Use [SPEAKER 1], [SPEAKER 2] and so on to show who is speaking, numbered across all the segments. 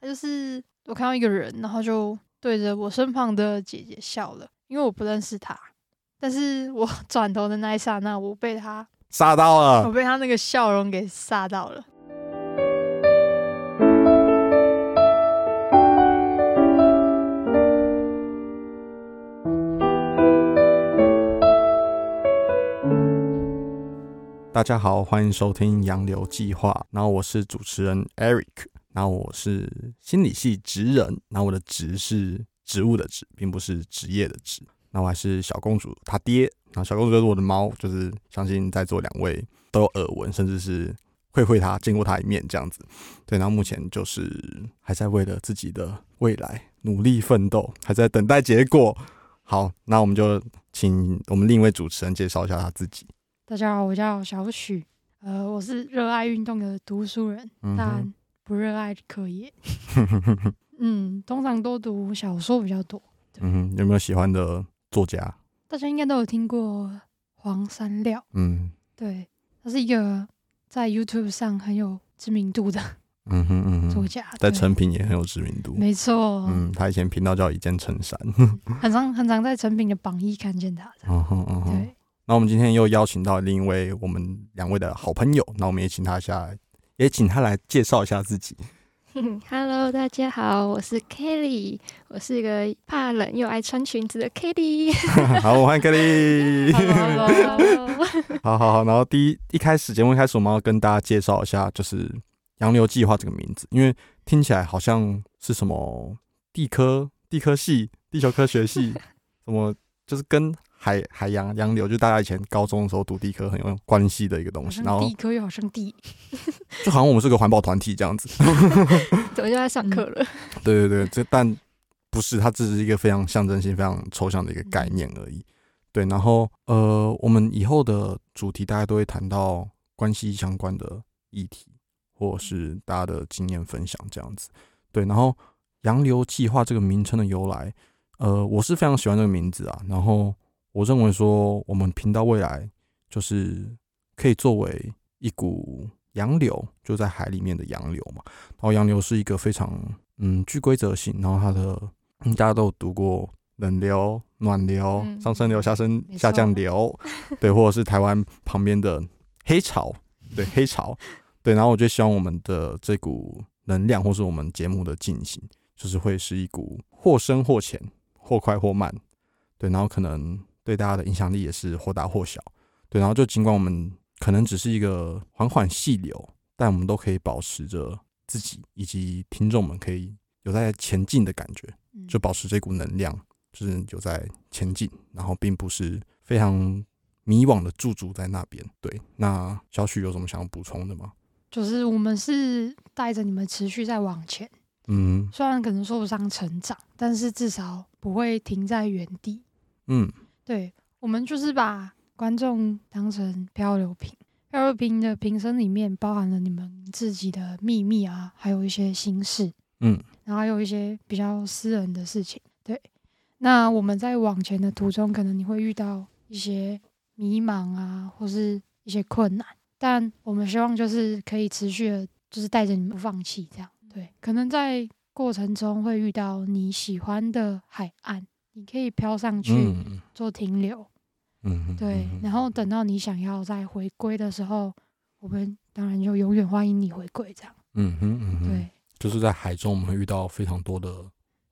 [SPEAKER 1] 他就是我看到一个人，然后就对着我身旁的姐姐笑了，因为我不认识他。但是我 转头的那一刹那，我被他，
[SPEAKER 2] 杀到
[SPEAKER 1] 我
[SPEAKER 2] 了，
[SPEAKER 1] 被他那个笑容给吓到了。
[SPEAKER 2] 大家好，欢迎收听《洋流计划》，然后我是主持人 Eric，然后我是心理系职人，然后我的职是职务的职，并不是职业的职。那我还是小公主她爹，然后小公主就是我的猫，就是相信在座两位都有耳闻，甚至是会会她见过她一面这样子。对，然后目前就是还在为了自己的未来努力奋斗，还在等待结果。好，那我们就请我们另一位主持人介绍一下他自己。
[SPEAKER 1] 大家好，我叫小许，呃，我是热爱运动的读书人，
[SPEAKER 2] 嗯哼
[SPEAKER 1] 但不热爱科 研。嗯，通常都读小说比较多。
[SPEAKER 2] 嗯哼，有没有喜欢的作家？
[SPEAKER 1] 大家应该都有听过黄山料，
[SPEAKER 2] 嗯
[SPEAKER 1] 对，他是一个在 YouTube 上很有知名度的
[SPEAKER 2] 嗯哼嗯
[SPEAKER 1] 作
[SPEAKER 2] 哼，
[SPEAKER 1] 家，
[SPEAKER 2] 在
[SPEAKER 1] 对
[SPEAKER 2] 成品也很有知名度。
[SPEAKER 1] 没错，
[SPEAKER 2] 嗯，他以前频道叫一件衬 衫。
[SPEAKER 1] 很常很常在成品的榜一看见他的。
[SPEAKER 2] 嗯哼嗯哼。
[SPEAKER 1] 对，
[SPEAKER 2] 那我们今天又邀请到另一位我们两位的好朋友，那我们也请他下来，也请他来介绍一下自己。
[SPEAKER 3] Hello，大家好，我是 Kelly，我是一个怕冷又爱穿裙子的 Kelly。
[SPEAKER 2] 好，我欢迎 Kelly。好好好，然后第一一开始节目一开始，我们要跟大家介绍一下，就是“洋流计划”这个名字，因为听起来好像是什么地科、地科系、地球科 学系，什么就是跟海海洋洋流，就大家以前高中的时候读地科很有关系的一个
[SPEAKER 1] 好
[SPEAKER 2] 东西，然
[SPEAKER 1] 像
[SPEAKER 2] 后
[SPEAKER 1] 地科又好像地，
[SPEAKER 2] 就好像我们是个环保团体这样子。
[SPEAKER 3] 怎么就在上课了？
[SPEAKER 2] 对对对，这但不是，它只是一个非常象征性、非常抽象的一个概念而已。对，然后呃，我们以后的主题大家都会谈到关系相关的议题，或是大家的经验分享这样子。对，然后“洋流计划”这个名称的由来，呃，我是非常喜欢这个名字啊。然后我认为说，我们频道未来就是可以作为一股洋流，就在海里面的洋流嘛。然后洋流是一个非常嗯具规则性，然后它的嗯大家都有读过冷流、暖流、
[SPEAKER 1] 嗯
[SPEAKER 2] 上升流、下升
[SPEAKER 1] 没错
[SPEAKER 2] 下降 流，对，或者是台湾旁边的黑潮，对黑潮，对。然后我就希望我们的这股能量，或是我们节目的进行，就是会是一股或深或浅、或快或慢，对。然后可能对大家的影响力也是或大或小，对。然后就尽管我们可能只是一个缓缓细流，但我们都可以保持着自己以及听众们可以有在前进的感觉。
[SPEAKER 1] 嗯
[SPEAKER 2] 就保持这股能量，就是有在前进，然后并不是非常迷惘的驻足在那边。对，那小许有什么想要补充的吗？
[SPEAKER 1] 就是我们是带着你们持续在往前，
[SPEAKER 2] 嗯
[SPEAKER 1] 虽然可能说不上成长，但是至少不会停在原地。
[SPEAKER 2] 嗯
[SPEAKER 1] 对，我们就是把观众当成漂流瓶，漂流瓶的瓶身里面包含了你们自己的秘密啊，还有一些心事，
[SPEAKER 2] 嗯，
[SPEAKER 1] 然后还有一些比较私人的事情。对，那我们在往前的途中，可能你会遇到一些迷茫啊，或是一些困难，但我们希望就是可以持续的，就是带着你们不放弃，这样对，可能在。过程中会遇到你喜欢的海岸，你可以飘上去，
[SPEAKER 2] 嗯
[SPEAKER 1] 做停留，
[SPEAKER 2] 嗯，
[SPEAKER 1] 对，然后等到你想要再回归的时候，我们当然就永远欢迎你回归，这样
[SPEAKER 2] 嗯哼嗯哼，，
[SPEAKER 1] 对，
[SPEAKER 2] 就是在海中我们会遇到非常多的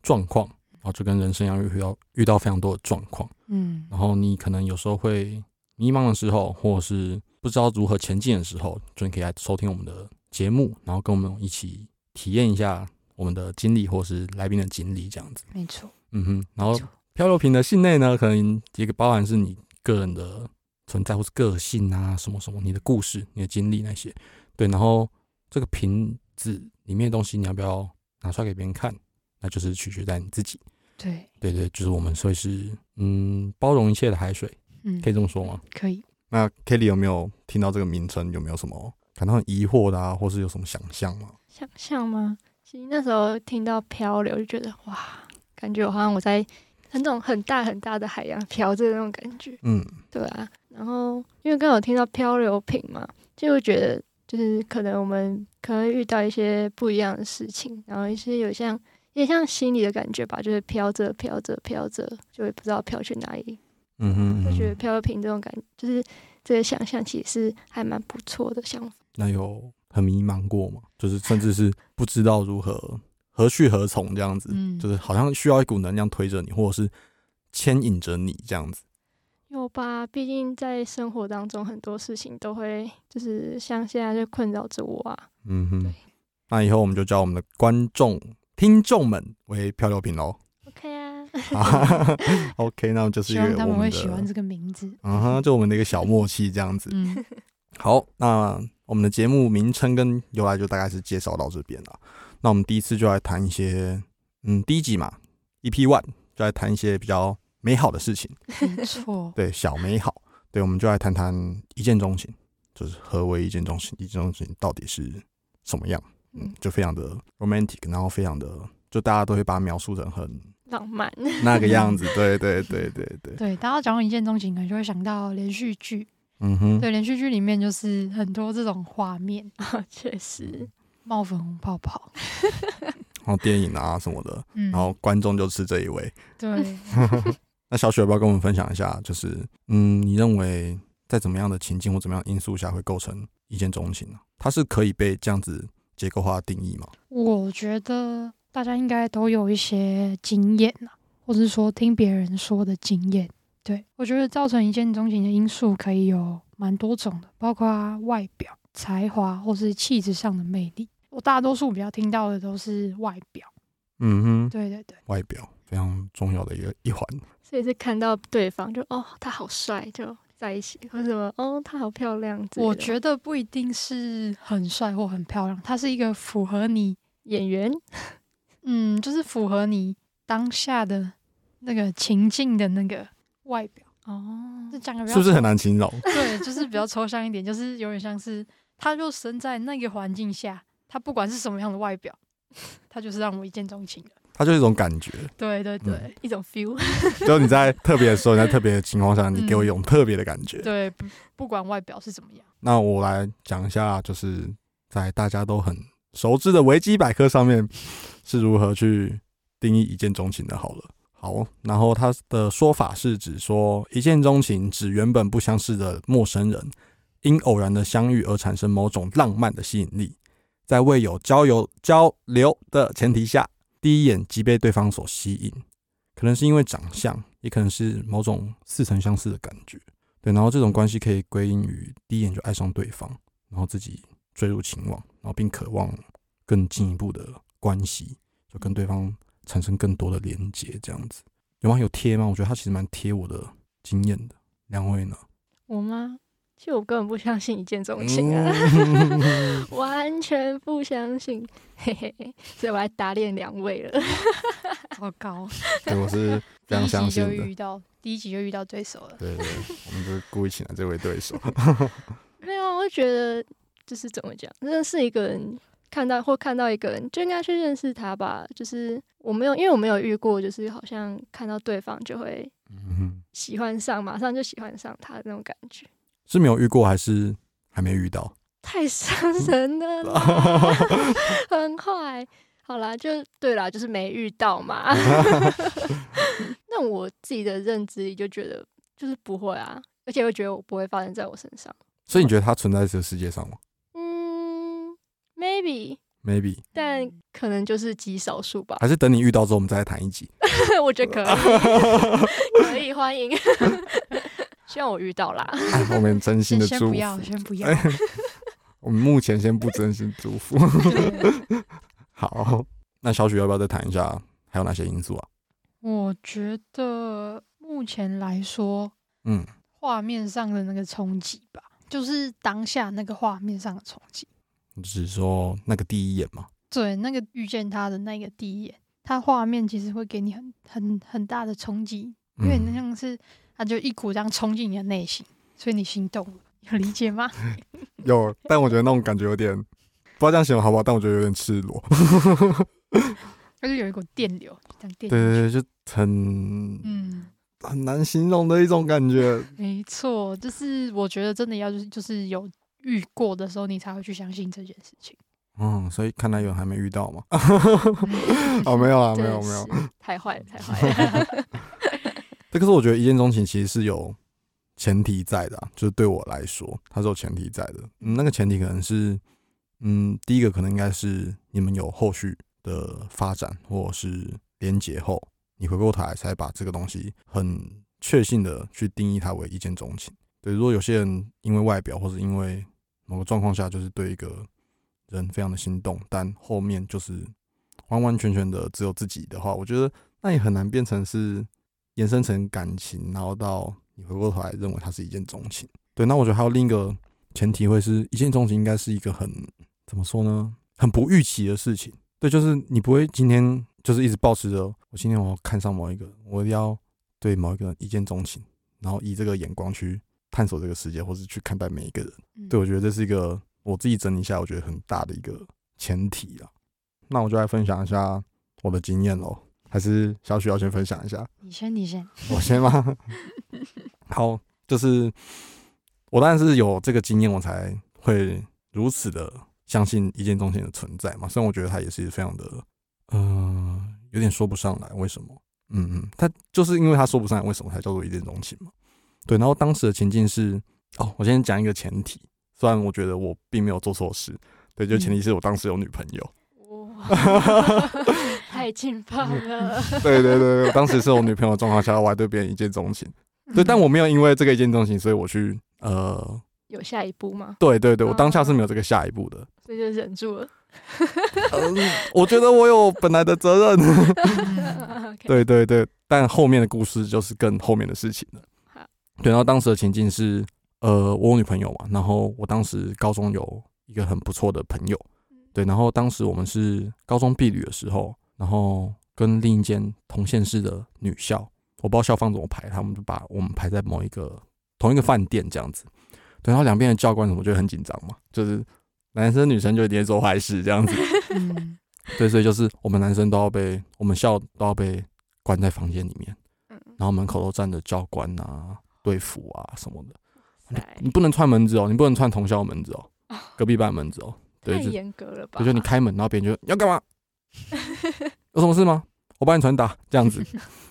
[SPEAKER 2] 状况，然后就跟人生一样遇到遇到非常多的状况，
[SPEAKER 1] 嗯，
[SPEAKER 2] 然后你可能有时候会迷茫的时候，或者是不知道如何前进的时候，就你可以来收听我们的节目，然后跟我们一起体验一下我们的经历，或是来宾的经历这样子。
[SPEAKER 1] 没错，
[SPEAKER 2] 嗯哼，然后
[SPEAKER 1] 没错
[SPEAKER 2] 漂流瓶的信内呢，可能一个包含是你个人的存在或是个性啊，什么什么，你的故事、你的经历那些。对，然后这个瓶子里面的东西，你要不要拿出来给别人看？那就是取决在你自己。
[SPEAKER 1] 对，
[SPEAKER 2] 对对，就是我们所以是嗯，包容一切的海水，
[SPEAKER 1] 嗯
[SPEAKER 2] 可，以这么说吗？
[SPEAKER 1] 可以，
[SPEAKER 2] 那 Kelly 有没有听到这个名称？有没有什么感到很疑惑的啊，或是有什么想象吗？
[SPEAKER 3] 想象吗？其实那时候听到漂流就觉得哇，感觉我好像我在那种很大很大的海洋漂着的那种感觉。
[SPEAKER 2] 嗯
[SPEAKER 3] 对啊，然后因为刚好听到漂流瓶嘛，就会觉得就是可能我们可能会遇到一些不一样的事情，然后一些有像也像心理的感觉吧，就是飘着飘着飘着，就也不知道飘去哪里。
[SPEAKER 2] 嗯哼嗯
[SPEAKER 3] 我觉得
[SPEAKER 2] 哼，
[SPEAKER 3] 漂流瓶这种感就是这个想象其实是还蛮不错的想法。
[SPEAKER 2] 那有很迷茫过吗？就是甚至是不知道如何何去何从这样子，
[SPEAKER 1] 嗯
[SPEAKER 2] 就是好像需要一股能量推着你，或者是牵引着你这样子。
[SPEAKER 3] 有吧，毕竟在生活当中很多事情都会就是像现在就困扰着我啊。
[SPEAKER 2] 嗯
[SPEAKER 3] 对
[SPEAKER 2] 哼，那以后我们就叫我们的观众、听众们为漂流 瓶喽。
[SPEAKER 3] OK 啊，
[SPEAKER 2] 啊 OK，那就是一
[SPEAKER 1] 希
[SPEAKER 2] 个
[SPEAKER 1] 望他
[SPEAKER 2] 我
[SPEAKER 1] 们
[SPEAKER 2] 们
[SPEAKER 1] 会喜欢
[SPEAKER 2] 的，
[SPEAKER 1] 这个名字。
[SPEAKER 2] 嗯哼，就我们的一个小默契这样子。
[SPEAKER 1] 嗯，
[SPEAKER 2] 好，那我们的节目名称跟由来就大概是介绍到这边了。那我们第一次就来谈一些，嗯，第一集嘛，EP One 就来谈一些比较美好的事情，
[SPEAKER 1] 没错，
[SPEAKER 2] 对，小美好，对，我们就来谈谈一见钟情，就是何为一见钟情，一见钟情到底是什么样？嗯
[SPEAKER 3] 嗯，
[SPEAKER 2] 就非常的 romantic，然后非常的，就大家都会把它描述成很
[SPEAKER 3] 浪漫。
[SPEAKER 2] 那个样子，对对对对 对，
[SPEAKER 1] 对，大家讲到一见钟情，可能就会想到连续剧。
[SPEAKER 2] 嗯哼，
[SPEAKER 1] 对，连续剧里面就是很多这种画面，
[SPEAKER 3] 啊，确实，
[SPEAKER 1] 冒粉红泡泡。
[SPEAKER 2] 然后电影啊什么的，
[SPEAKER 1] 嗯，
[SPEAKER 2] 然后观众就吃这一位。
[SPEAKER 1] 对，
[SPEAKER 2] 那小雪要不要跟我们分享一下？就是，嗯，你认为在怎么样的情境或怎么样的因素下会构成一见钟情呢、它是可以被这样子结构化定义吗？
[SPEAKER 1] 我觉得大家应该都有一些经验呐、或者说听别人说的经验。对我觉得造成一见钟情的因素可以有蛮多种的，包括外表、才华或是气质上的魅力。我大多数比较听到的都是外表。
[SPEAKER 2] 嗯哼，
[SPEAKER 1] 对对对，
[SPEAKER 2] 外表非常重要的一个一环。
[SPEAKER 3] 所以是看到对方就哦，他好帅，就在一起，或者什么哦，他好漂亮之类的。
[SPEAKER 1] 我觉得不一定是很帅或很漂亮，它是一个符合你，
[SPEAKER 3] 演员
[SPEAKER 1] 嗯，就是符合你当下的那个情境的那个外表。
[SPEAKER 3] 哦
[SPEAKER 1] 这讲的
[SPEAKER 2] 是不是很难形容？
[SPEAKER 1] 对，就是比较抽象一点，就是有点像是他就生在那个环境下，他不管是什么样的外表，他就是让我一见钟情了。
[SPEAKER 2] 它就是一种感觉，
[SPEAKER 1] 对对对、
[SPEAKER 2] 嗯
[SPEAKER 3] 一 种 feel，
[SPEAKER 2] 就是你在特别的时候，你在特别的情况下，你给我一种特别的感觉。
[SPEAKER 1] 对，不不管外表是怎么样，
[SPEAKER 2] 那我来讲一下，就是在大家都很熟知的维基百科上面是如何去定义一见钟情的。好了，好，然后它的说法是指说，一见钟情指原本不相识的陌生人，因偶然的相遇而产生某种浪漫的吸引力，在未有交友交流的前提下，第一眼即被对方所吸引，可能是因为长相，也可能是某种似曾相识的感觉。对，然后这种关系可以归因于第一眼就爱上对方，然后自己坠入情网，然后并渴望更进一步的关系，就跟对方产生更多的连接，这样子有吗？有贴吗？我觉得他其实蛮贴我的经验的。两位呢？
[SPEAKER 3] 我吗？其实我根本不相信一见钟情 啊，
[SPEAKER 2] 嗯
[SPEAKER 3] 完全不相信，嘿嘿，嘿，所以我来打脸两位了。
[SPEAKER 1] 糟糕，
[SPEAKER 2] 对，我是非
[SPEAKER 1] 第
[SPEAKER 2] 常
[SPEAKER 1] 一
[SPEAKER 2] 相
[SPEAKER 1] 集
[SPEAKER 2] 信
[SPEAKER 1] 就
[SPEAKER 2] 的。
[SPEAKER 1] 遇到第一集就遇到对手了。
[SPEAKER 2] 对对，我们就是故意请来这位对手。
[SPEAKER 3] 没有，啊我觉得就是怎么讲，认识一个人，看到或看到一个人，就应该去认识他吧。就是我没有，因为我没有遇过，就是好像看到对方就会
[SPEAKER 2] 嗯，
[SPEAKER 3] 喜欢上，马上就喜欢上他的那种感觉，
[SPEAKER 2] 是没有遇过还是还没遇到？
[SPEAKER 3] 太伤
[SPEAKER 2] 嗯
[SPEAKER 3] 人了啦， 很快。好啦，就对啦，就是没遇到 嘛。那我自己的认知里就觉得，就是不会啊，而且我觉得我不会发生在我身上。
[SPEAKER 2] 所以你觉得他存在这个世界上吗
[SPEAKER 3] 嗯，maybe，
[SPEAKER 2] ？Maybe，
[SPEAKER 3] 但
[SPEAKER 1] 嗯
[SPEAKER 3] 可能就是极少 数吧。
[SPEAKER 2] 还是等你遇到之后我们再来谈一集。
[SPEAKER 3] 我觉得可以，可以 欢迎。希望我遇到啦。
[SPEAKER 2] 哎我们真
[SPEAKER 1] 先
[SPEAKER 2] 心的
[SPEAKER 1] 先
[SPEAKER 2] 祝
[SPEAKER 1] 不
[SPEAKER 2] 福。哎
[SPEAKER 1] 要，先不要。
[SPEAKER 2] 我们目前先不真心祝 福。
[SPEAKER 1] 对
[SPEAKER 2] 好，那小许要不要再谈一下还有哪些因素啊？
[SPEAKER 1] 我觉得目前来说，
[SPEAKER 2] 嗯
[SPEAKER 1] 画面上的那个冲击吧，就是当下那个画面上的冲击。
[SPEAKER 2] 你只是说那个第一眼嘛。
[SPEAKER 1] 对，那个遇见他的那个第一眼，他画面其实会给你很很很大的冲击，因为你
[SPEAKER 2] 嗯
[SPEAKER 1] 像是他就一股这样冲进你的内心，所以你心动了，有理解吗？
[SPEAKER 2] 有，但我觉得那种感觉有点，不知道这样形容好不好？但我觉得有点赤 裸。
[SPEAKER 1] 他就有一股电流，就这样电进去。
[SPEAKER 2] 对对对，就很
[SPEAKER 1] 嗯，
[SPEAKER 2] 很难形容的一种感觉。
[SPEAKER 1] 没错，就是我觉得真的要就是就是有遇过的时候，你才会去相信这件事情。
[SPEAKER 2] 嗯，所以看来有人还没遇到 嘛。哦，没有啊，没有没有。，
[SPEAKER 3] 太坏了，太 坏了。
[SPEAKER 2] 这个是我觉得一见钟情其实是有前提在的、啊，就是对我来说，它是有前提在的。嗯，那个前提可能是，嗯，第一个可能应该是你们有后续的发展或者是连结后，你回过头来才把这个东西很确信的去定义它为一见钟情。对，如果有些人因为外表或者因为某个状况下，就是对一个人非常的心动，但后面就是完完全全的只有自己的话，我觉得那也很难变成是延伸成感情，然后到你回过头来认为它是一见钟情。对，那我觉得还有另一个前提会是一见钟情，应该是一个很怎么说呢，很不预期的事情。对，就是你不会今天就是一直保持着我今天我要看上某一个，我一定要对某一个人一见钟情，然后以这个眼光去探索这个世界，或是去看待每一个人。
[SPEAKER 1] 嗯
[SPEAKER 2] 对，我觉得这是一个我自己整理一下，我觉得很大的一个前提啊。那我就来分享一下我的经验喽，还是小许要先分享一下？
[SPEAKER 1] 你先，你先，
[SPEAKER 2] 我先 吗？好，就是我当然是有这个经验，我才会如此的相信一见钟情的存在嘛。虽然我觉得它也是非常的，嗯、有点说不上来为什么。嗯嗯，他就是因为他说不上来为什么才叫做一见钟情嘛。对，然后当时的情境是，哦，我先讲一个前提，虽然我觉得我并没有做错事，对，就前提是我当时有女朋友。
[SPEAKER 3] 哇， 太劲爆了！
[SPEAKER 2] 嗯 对对对对，我当时是我女朋友的状况下，我还对别人一见钟情。对，但我没有因为这个一见钟情，所以我去呃，
[SPEAKER 3] 有下一步吗？
[SPEAKER 2] 对对对，我当下是没有这个下一步的。
[SPEAKER 3] 所以就忍住 了。
[SPEAKER 2] 嗯我觉得我有本来的责任。
[SPEAKER 3] OK，
[SPEAKER 2] 对对对，但后面的故事就是更后面的事情了
[SPEAKER 3] 好。
[SPEAKER 2] 对，然后当时的情境是，呃，我有女朋友嘛，然后我当时高中有一个很不错的朋友，对，然后当时我们是高中毕旅的时候，然后跟另一间同县市的女校，我不知道校方怎么排，他们就把我们排在某一个同一个饭店这样子。对，然后两边的教官什么就会很紧张嘛，就是男生女生就一定会做坏事这样子。
[SPEAKER 1] 嗯，
[SPEAKER 2] 对，所以就是我们男生都要被我们校都要被关在房间里面，
[SPEAKER 3] 嗯
[SPEAKER 2] 然后门口都站着教官啊、队服啊什么的。
[SPEAKER 3] 塞
[SPEAKER 2] 你不能穿门子哦，你不能穿同校门子哦，隔壁班门子哦。对，
[SPEAKER 3] 太
[SPEAKER 2] 就
[SPEAKER 3] 严格了吧？
[SPEAKER 2] 就就你开门，然后别人就你要干嘛？有什么事吗？我帮你传达这样子。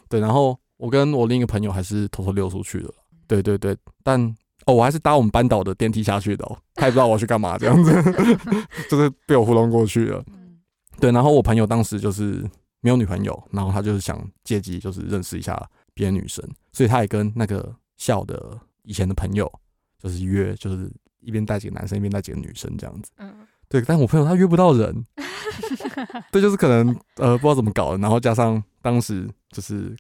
[SPEAKER 2] 对，然后我跟我另一个朋友还是偷偷溜出去了。对对对，但哦，我还是搭我们班导的电梯下去的哦，他也不知道我要去干嘛，这样子 就是被我糊弄过去了。
[SPEAKER 1] 嗯
[SPEAKER 2] 对，然后我朋友当时就是没有女朋友，然后他就是想借机就是认识一下别的女生，所以他也跟那个校的以前的朋友就是约，就是一边带几个男生，一边带几个女生这样子。
[SPEAKER 3] 嗯，
[SPEAKER 2] 对，但我朋友他约不到人，对，就是可能呃不知道怎么搞的，然后加上当时就是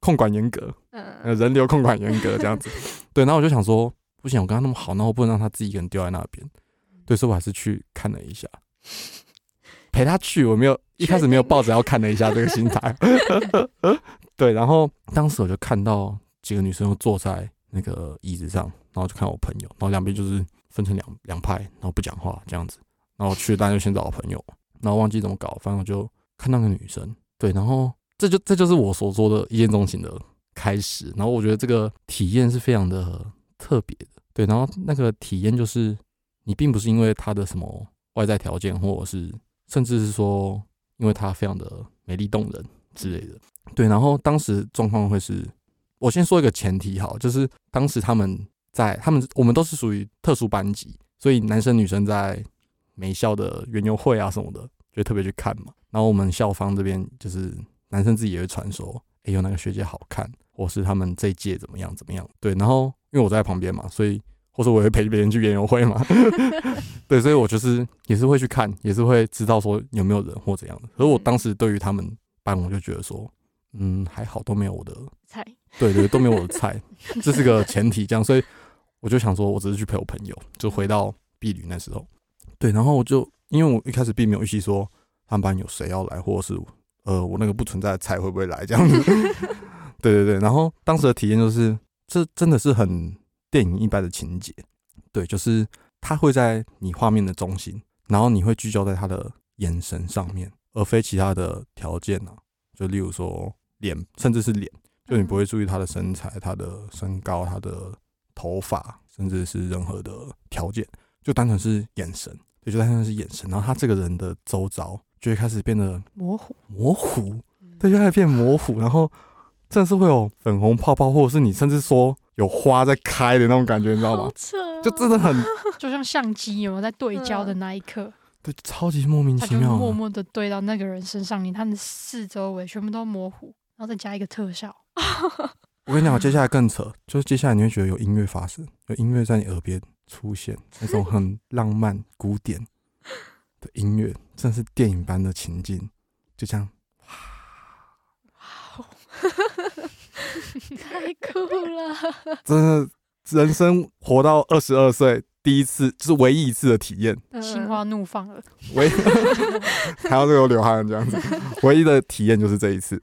[SPEAKER 2] 控管严格，呃
[SPEAKER 3] 嗯
[SPEAKER 2] 人流控管严格这样子。 对，然后我就想说，不行，我跟他那么好，然后我不能让他自己一个人丢在那边。对，所以我还是去看了一下，陪他去。我没有一开始没有抱着要看了一下这个心态。 对，然后当时我就看到几个女生都坐在那个椅子上，然后就看我朋友，然后两边就是分成两两派，然后不讲话这样子。然后去，当然就先找我朋友，然后忘记怎么搞，反正我就看到个女生，对，然后这就这就是我所说的一见钟情的开始。然后我觉得这个体验是非常的特别的，对。然后那个体验就是，你并不是因为她的什么外在条件，或者是甚至是说因为她非常的美丽动人之类的，对。然后当时状况会是，我先说一个前提好，就是当时他们在他们我们都是属于特殊班级，所以男生女生在美校的园游会啊什么的，就特别去看嘛。然后我们校方这边就是男生自己也会传说，哎、有哪个学姐好看，或是他们这一届怎么样怎么样。对，然后因为我在旁边嘛，所以或者我也会陪别人去园游会嘛， 对，所以我就是也是会去看，也是会知道说有没有人或怎样的。可是我当时对于他们班，我就觉得说，嗯，还好都没有我的
[SPEAKER 3] 菜
[SPEAKER 2] 对对，都没有我的菜，这是个前提，这样，所以我就想说，我只是去陪我朋友，就回到避旅那时候，对，然后我就因为我一开始并没有预期说他们班有谁要来，或者是呃我那个不存在的菜会不会来这样子， 对对对，然后当时的体验就是，这真的是很电影一般的情节，对，就是它会在你画面的中心，然后你会聚焦在他的眼神上面，而非其他的条件啊，就例如说脸，甚至是脸。就你不会注意他的身材、他的身高、他的头发，甚至是任何的条件。就单纯是眼神，对，就单纯是眼神。然后他这个人的周遭就会开始变得
[SPEAKER 1] 模糊，
[SPEAKER 2] 模糊，对，就开始变模糊，然后真的是会有粉红泡泡，或者是你甚至说有花在开的那种感觉，你知道吗
[SPEAKER 3] 好？扯 哦，
[SPEAKER 2] 就真的很
[SPEAKER 1] 就像相机有没有在对焦的那一刻，
[SPEAKER 2] 对，超级莫名
[SPEAKER 1] 他
[SPEAKER 2] 其
[SPEAKER 1] 就
[SPEAKER 2] 妙啊
[SPEAKER 1] 默
[SPEAKER 2] 的。
[SPEAKER 1] 默的对到那个人身上，你看的四周围全部都模糊，然后再加一个特效，
[SPEAKER 2] 我跟你讲，接下来更扯，就是接下来你会觉得有音乐发生，有音乐在你耳边出现，那种很浪漫、古典的音乐，真的是电影般的情境，就这样。
[SPEAKER 3] 太酷了，
[SPEAKER 2] 真的人生活到二十二岁，第一次就是唯一一次的体验，
[SPEAKER 1] 心花怒放了。
[SPEAKER 2] 唯还要这个流汗这样子，唯一的体验就是这一次。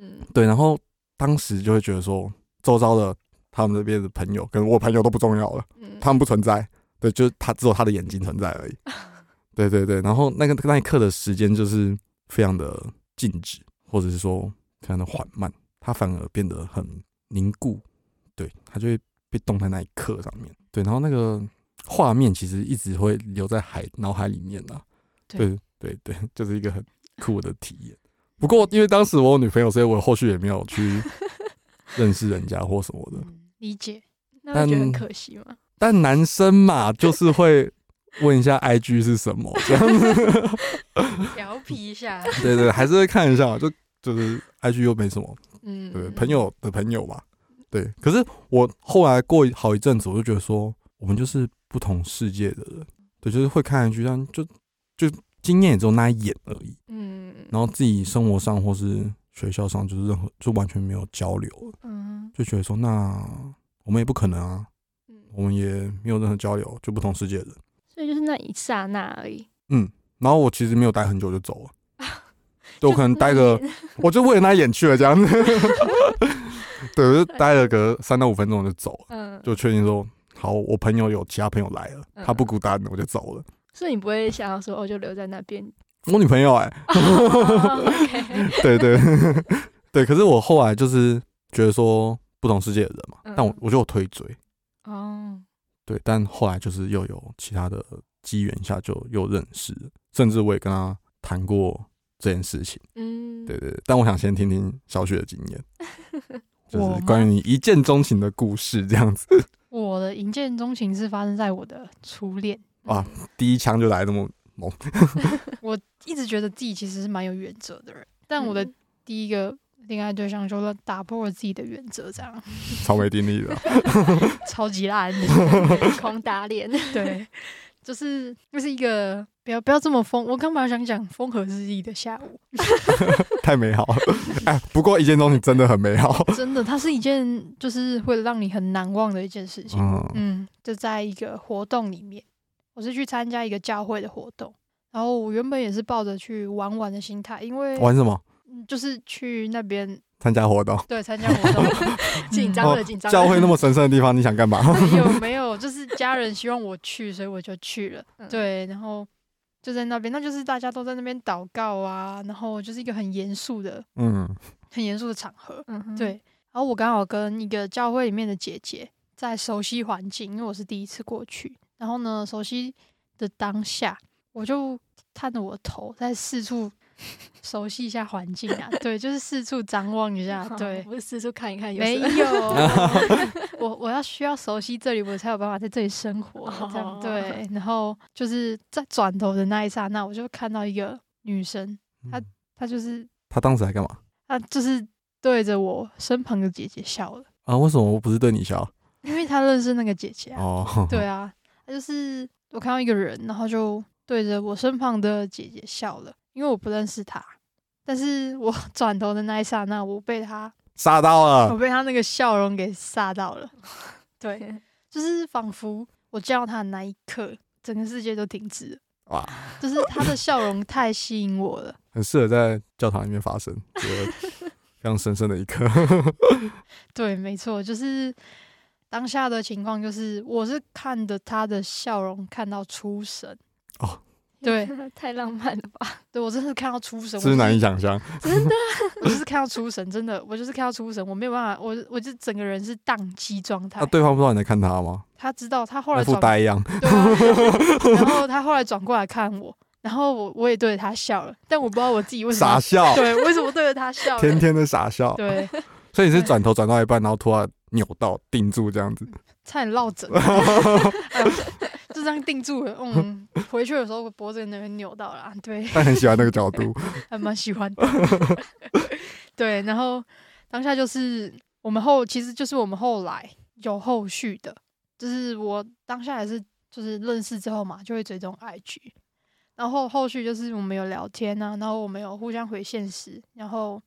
[SPEAKER 3] 嗯，
[SPEAKER 2] 对，然后当时就会觉得说，周遭的他们这边的朋友跟我朋友都不重要了，
[SPEAKER 3] 嗯
[SPEAKER 2] 他们不存在，对，就是他只有他的眼睛存在而已。对对对，然后那个那一刻的时间就是非常的静止，或者是说非常的缓慢，它反而变得很凝固，对，它就会被冻在那一刻上面。对，然后那个画面其实一直会留在海脑海里面啦。
[SPEAKER 1] 对
[SPEAKER 2] 对对 对，就是一个很酷的体验。不过因为当时我有女朋友，所以我后续也没有去认识人家或什么的。
[SPEAKER 1] 嗯理解，
[SPEAKER 3] 那会觉得很
[SPEAKER 2] 但
[SPEAKER 3] 可惜吗？
[SPEAKER 2] 但男生嘛，就是会问一下 IG 是什么，这样子。
[SPEAKER 1] 调皮一下，
[SPEAKER 2] 对对，还是会看一下，就就是 IG 又没什么，
[SPEAKER 3] 嗯，
[SPEAKER 2] 对，朋友的朋友吧。对，可是我后来过好一阵子，我就觉得说，我们就是不同世界的人，对，就是会看 IG，但就就经验也只有那一眼而已。
[SPEAKER 3] 嗯，
[SPEAKER 2] 然后自己生活上或是学校上，就是任何就完全没有交流了，
[SPEAKER 1] 嗯，
[SPEAKER 2] 就觉得说，那我们也不可能啊，
[SPEAKER 3] 嗯，
[SPEAKER 2] 我们也没有任何交流，就不同世界的人。
[SPEAKER 3] 所以就是那一刹那而已，
[SPEAKER 2] 然后我其实没有待很久就 走了，对
[SPEAKER 3] 就
[SPEAKER 2] 我可能待个
[SPEAKER 3] 那，一
[SPEAKER 2] 我就为了那眼去了这样子， 对，我就待了个三到五分钟我就走了，
[SPEAKER 3] 嗯，
[SPEAKER 2] 就确定说好，我朋友有其他朋友来了，他不
[SPEAKER 3] 嗯
[SPEAKER 2] 孤单了，我就走了。
[SPEAKER 3] 所以你不会想要说哦，就留在那 边
[SPEAKER 2] 我女朋友哎、
[SPEAKER 3] 哦，OK，
[SPEAKER 2] 对对对，可是我后来就是觉得说不同世界的人嘛，但我
[SPEAKER 3] 嗯
[SPEAKER 2] 我就有推追，
[SPEAKER 1] 哦，
[SPEAKER 2] 对，但后来就是又有其他的机缘下就又认识了，甚至我也跟他谈过这件事情。
[SPEAKER 3] 嗯，
[SPEAKER 2] 对对，对但我想先听听小雪的经 验，就
[SPEAKER 1] 我
[SPEAKER 2] 是
[SPEAKER 1] 吗
[SPEAKER 2] 关于你一见钟情的故事，这样子
[SPEAKER 1] 我的一见钟情是发生在我的初恋，
[SPEAKER 2] 哇，
[SPEAKER 3] 嗯
[SPEAKER 2] 第一枪就来那么猛，
[SPEAKER 1] 一直觉得自己其实是蛮有原则的人，但 我的
[SPEAKER 3] 嗯
[SPEAKER 1] 第一个恋爱对象就打破了自己的原则，这样
[SPEAKER 2] 超没定力的啊，
[SPEAKER 1] 超级烂。
[SPEAKER 3] 狂打脸，，
[SPEAKER 1] 对，就是就是一个不要不要这么风，我刚本来想讲风和日丽的下午，
[SPEAKER 2] 太美好了。哎，不过一见钟情真的很美好。
[SPEAKER 1] 真的，它是一件就是会让你很难忘的一件事情。
[SPEAKER 2] 嗯，
[SPEAKER 1] 嗯，就在一个活动里面，我是去参加一个教会的活动，然后我原本也是抱着去玩玩的心态，因为
[SPEAKER 2] 玩什么？
[SPEAKER 1] 嗯就是去那边
[SPEAKER 2] 参加活动？
[SPEAKER 1] 对参加 活动
[SPEAKER 3] 紧
[SPEAKER 1] 嗯
[SPEAKER 3] 张
[SPEAKER 2] 哦
[SPEAKER 3] 了，紧张了，
[SPEAKER 2] 教会那么神圣的地方，你想干嘛？
[SPEAKER 1] 有没有就是家人希望我去，所以我就去了。
[SPEAKER 3] 嗯
[SPEAKER 1] 对，然后就在那边，那就是大家都在那边祷告啊，然后就是一个很严肃的、
[SPEAKER 2] 嗯，
[SPEAKER 1] 很严肃的场合。
[SPEAKER 3] 嗯哼，
[SPEAKER 1] 对，然后我刚好跟一个教会里面的姐姐在熟悉环境，因为我是第一次过去。然后呢，熟悉的当下，我就探着我的头，在四处熟悉一下环境啊。对，就是四处张望一 下。对，
[SPEAKER 3] 嗯我四处看一哦看有
[SPEAKER 1] 没
[SPEAKER 3] 什么，
[SPEAKER 1] 有， 我我要需要熟悉这里，我才有办法在这里生活。这样
[SPEAKER 3] 哦
[SPEAKER 1] 对，然后就是在转头的那一刹那，我就看到一个女生，他她就是
[SPEAKER 2] 他当时还干嘛
[SPEAKER 1] 她就是对着我身旁的姐姐笑了，
[SPEAKER 2] 啊？为什么我不是对你笑？
[SPEAKER 1] 因为她认识那个姐姐啊。
[SPEAKER 2] 哦，
[SPEAKER 1] 对，啊，她就是我看到一个人，然后就对着我身旁的姐姐笑了，因为我不认识她。但是我 转头的那一刹那，我被她，
[SPEAKER 2] 杀到
[SPEAKER 1] 我
[SPEAKER 2] 了，
[SPEAKER 1] 被她那个笑容给吓到 了。对，
[SPEAKER 3] 对，
[SPEAKER 1] 就是仿佛我见到他的那一刻，整个世界都停止了。
[SPEAKER 2] 哇，
[SPEAKER 1] 就是他的笑容太吸引我了。
[SPEAKER 2] 很适合在教堂里面发生，觉得非常神圣的一刻。
[SPEAKER 1] 对，没错，就是当下的情况，就是我是看着他的笑容看到出神。
[SPEAKER 2] 哦，
[SPEAKER 1] 对，
[SPEAKER 3] 太浪漫了吧，
[SPEAKER 1] 对我真的是看到出神，我
[SPEAKER 2] 真是难以
[SPEAKER 1] 是
[SPEAKER 2] 想象，
[SPEAKER 3] 真的，
[SPEAKER 1] 我就是看到出神，真的，我就是看到出神，我没有办法，我我就整个人是宕机状态
[SPEAKER 2] 那。啊对方不知道你在看他吗？
[SPEAKER 1] 他知道，他后来
[SPEAKER 2] 那副
[SPEAKER 1] 转
[SPEAKER 2] 呆样，
[SPEAKER 1] 对啊，然后他后来转过来看我，然后我我也对着他笑了，但我不知道我自己为什
[SPEAKER 2] 傻
[SPEAKER 1] 么
[SPEAKER 2] 笑，
[SPEAKER 1] 对为什么对着他笑了，
[SPEAKER 2] 天天的傻笑。
[SPEAKER 1] 对，
[SPEAKER 2] 所以你是转头转到一半，然后突然扭到定住这样子。
[SPEAKER 1] 差点落 枕， 哎呦就这样定住了。嗯，回去的时候我脖子那边扭到了啊，对，
[SPEAKER 2] 但很喜欢那个角 度，
[SPEAKER 1] 还蛮喜欢的。 对，然后当下就是我们后，其实就是我们后来有后续的，就是我当下也是就是认识之后嘛，就会追踪 IG，然后后续就是我们有聊天啊，然后我们有互相回现实，然后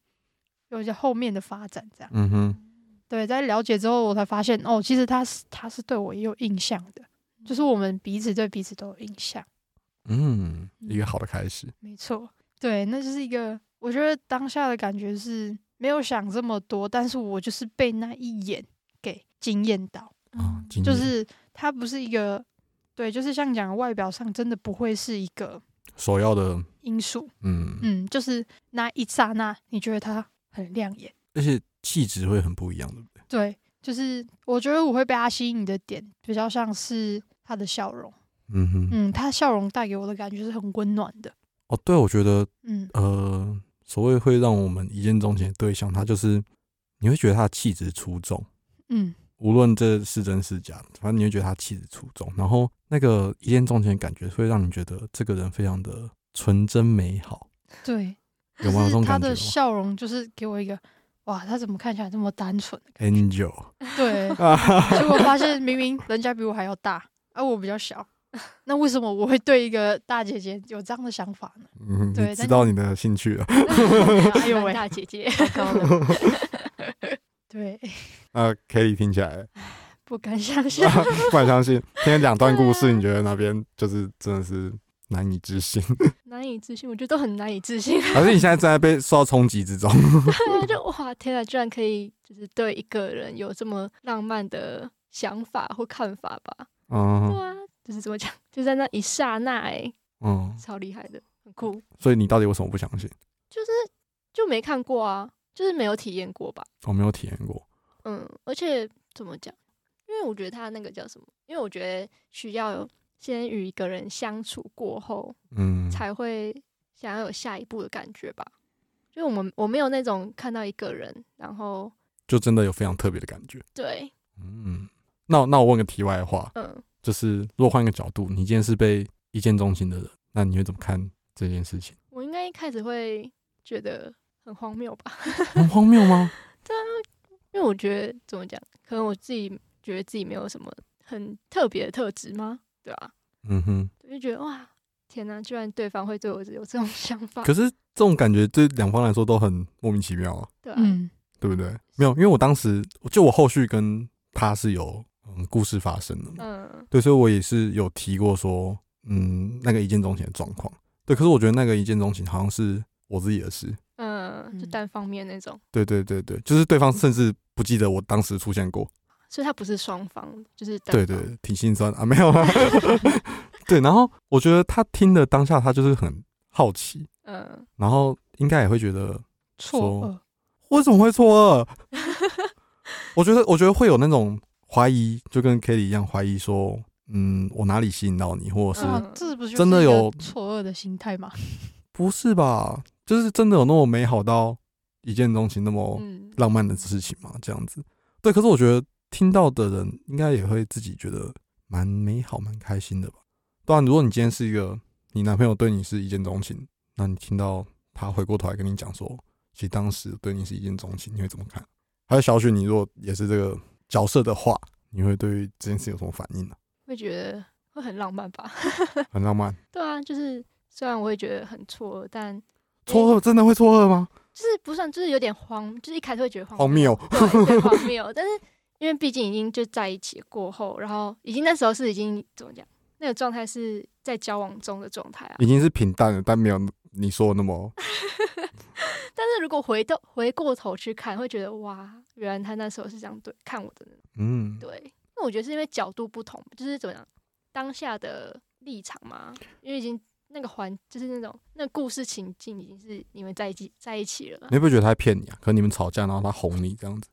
[SPEAKER 1] 有一些后面的发展这样。
[SPEAKER 2] 嗯哼，
[SPEAKER 1] 对，在了解之后，我才发现哦，其实他是他是对我也有印象的，就是我们彼此对彼此都有印象。
[SPEAKER 2] 嗯，一个好的开始。
[SPEAKER 1] 没错，对，那就是一个，我觉得当下的感觉是没有想这么多，但是我就是被那一眼给惊艳到，
[SPEAKER 2] 啊，今
[SPEAKER 1] 嗯就
[SPEAKER 2] 年
[SPEAKER 1] 是它不是一个，对，就是像讲的外表上真的不会是一个
[SPEAKER 2] 首要的，
[SPEAKER 1] 因素，
[SPEAKER 2] 嗯，
[SPEAKER 1] 嗯，就是那一刹那你觉得它很亮眼，
[SPEAKER 2] 而且气质会很不一样，对不对？
[SPEAKER 1] 对，就是我觉得我会被它吸引的点比较像是它的笑容，
[SPEAKER 2] 嗯哼，
[SPEAKER 1] 嗯，它笑容带给我的感觉是很温暖的，
[SPEAKER 2] 哦，对，我觉得
[SPEAKER 1] 嗯，
[SPEAKER 2] 呃，所谓会让我们一见钟情的对象，他就是你会觉得他的气质出众，
[SPEAKER 1] 嗯，
[SPEAKER 2] 无论这是真是假，反正你会觉得他气质出众，然后那个一见钟情的感觉会让你觉得这个人非常的纯真美好，
[SPEAKER 1] 对，
[SPEAKER 2] 有吗？有这
[SPEAKER 1] 就是
[SPEAKER 2] 种
[SPEAKER 1] 他
[SPEAKER 2] 感觉
[SPEAKER 1] 的
[SPEAKER 2] 哦吗
[SPEAKER 1] 笑容就是给我一个，哇，他怎么看起来这么单 纯？
[SPEAKER 2] ？Angel，
[SPEAKER 1] 对，结果发现明明人家比我还要大，而、我比较小， 那为什么我会对一个大姐姐有这样的想法呢？
[SPEAKER 2] 嗯，
[SPEAKER 1] 对
[SPEAKER 2] 你知
[SPEAKER 1] 但
[SPEAKER 2] 道你的兴趣了。
[SPEAKER 1] 哎呦喂，
[SPEAKER 3] 大姐姐，
[SPEAKER 1] 太高了。 对，
[SPEAKER 2] 呃 k e l l y 听起来啊
[SPEAKER 1] 不敢 想象。
[SPEAKER 2] 不敢相信，听了两段故事，你觉得哪边就是真的是难以置信？
[SPEAKER 3] 难以置信，我觉得都很难以 置信。
[SPEAKER 2] 还是你现在正在被受到冲击之中？
[SPEAKER 3] 对啊，就哇，天啊，居然可以就是对一个人有这么浪漫的想法或看法吧？对
[SPEAKER 2] 嗯
[SPEAKER 3] 啊，就是怎么讲，就在那一刹那、哎，
[SPEAKER 2] 嗯，
[SPEAKER 3] 超厉害的，很酷，
[SPEAKER 2] 所以你到底为什么不相信？
[SPEAKER 3] 就是就没看过啊，就是没有体验过吧？
[SPEAKER 2] 我没有体验过。
[SPEAKER 3] 嗯，而且怎么讲？因为我觉得他那个叫什么？因为我觉得需要先与一个人相处过后，
[SPEAKER 2] 嗯，
[SPEAKER 3] 才会想要有下一步的感觉吧。就我们我没有那种看到一个人，然后
[SPEAKER 2] 就真的有非常特别的感觉。
[SPEAKER 3] 对，
[SPEAKER 2] 嗯，那那我问个题外话，
[SPEAKER 3] 嗯，
[SPEAKER 2] 就是如果换一个角度，你今天是被一见钟情的人，那你会怎么看这件事情？
[SPEAKER 3] 我应该一开始会觉得很荒谬吧，
[SPEAKER 2] 很荒谬吗？
[SPEAKER 3] 因为我觉得怎么讲，可能我自己觉得自己没有什么很特别的特质吗？对啊，
[SPEAKER 2] 嗯哼，
[SPEAKER 3] 我就觉得哇，天哪，居然对方会对我有这种 想法，
[SPEAKER 2] 可是这种感觉对两方来说都很莫名其妙啊，
[SPEAKER 3] 对啊，
[SPEAKER 1] 嗯，
[SPEAKER 2] 对不对？没有，因为我当时就我后续跟他是有嗯故事发生的嘛，
[SPEAKER 3] 嗯
[SPEAKER 2] 对，所以我也是有提过说，嗯，那个一见钟情的状况，对，可是我觉得那个一见钟情好像是我自己的事，
[SPEAKER 3] 嗯，就
[SPEAKER 1] 嗯
[SPEAKER 3] 单方面那种，
[SPEAKER 2] 对对对对，就是对方甚至不记得我当时出现过，
[SPEAKER 3] 所以他不是双方，就是单
[SPEAKER 2] 对
[SPEAKER 3] 方
[SPEAKER 2] 对，对挺心酸啊，没 有啊，对，然后我觉得他听的当下，他就是很好奇，
[SPEAKER 3] 嗯，
[SPEAKER 2] 然后应该也会觉得
[SPEAKER 1] 错愕，
[SPEAKER 2] 我怎么会错愕？ 我觉得，我觉得会有那种怀疑，就跟 Kelly 一样怀疑说，嗯，我哪里吸引到你，或者是、
[SPEAKER 1] 哇
[SPEAKER 3] 嗯，
[SPEAKER 1] 这不就是
[SPEAKER 2] 真的
[SPEAKER 1] 一个
[SPEAKER 2] 有
[SPEAKER 1] 错愕的心态吗？
[SPEAKER 2] 不是吧？就是真的有那么美好到一见钟情那么
[SPEAKER 3] 嗯，
[SPEAKER 2] 浪漫的事情吗？这样子，对。可是我觉得听到的人应该也会自己觉得蛮美好、蛮开心的吧。当然，如果你今天是一个你男朋友对你是一见钟情，那你听到他回过头来跟你讲说，其实当时对你是一见钟情，你会怎么看？还有小雪，你如果也是这个角色的话，你会对于这件事有什么反应呢、
[SPEAKER 3] 会觉得会很浪漫吧？
[SPEAKER 2] 很浪漫，
[SPEAKER 3] 对啊，就是虽然我会觉得很错愕，但
[SPEAKER 2] 错愕真的会错愕吗？
[SPEAKER 3] 就是不算，就是有点慌，就是一开始会觉得
[SPEAKER 2] 荒
[SPEAKER 3] 荒
[SPEAKER 2] 谬，
[SPEAKER 3] 对 对荒谬。但是因为毕竟已经就在一起过后，然后已经那时候是已经怎么讲，那个状态是在交往中的状态啊。
[SPEAKER 2] 已经是平淡了，但没有你说的那么
[SPEAKER 3] 但是如果回到回过头去看，会觉得哇，原来他那时候是这样对看我的，
[SPEAKER 2] 嗯。
[SPEAKER 3] 对。啊那我觉得是因为角度不同，就是怎么讲，当下的立场嘛，因为已经那个环，就是那种那故事情境已经是你们在一起在一起了嘛，
[SPEAKER 2] 你会不会觉得他在骗你啊？可能你们吵架，然后他哄你这样子，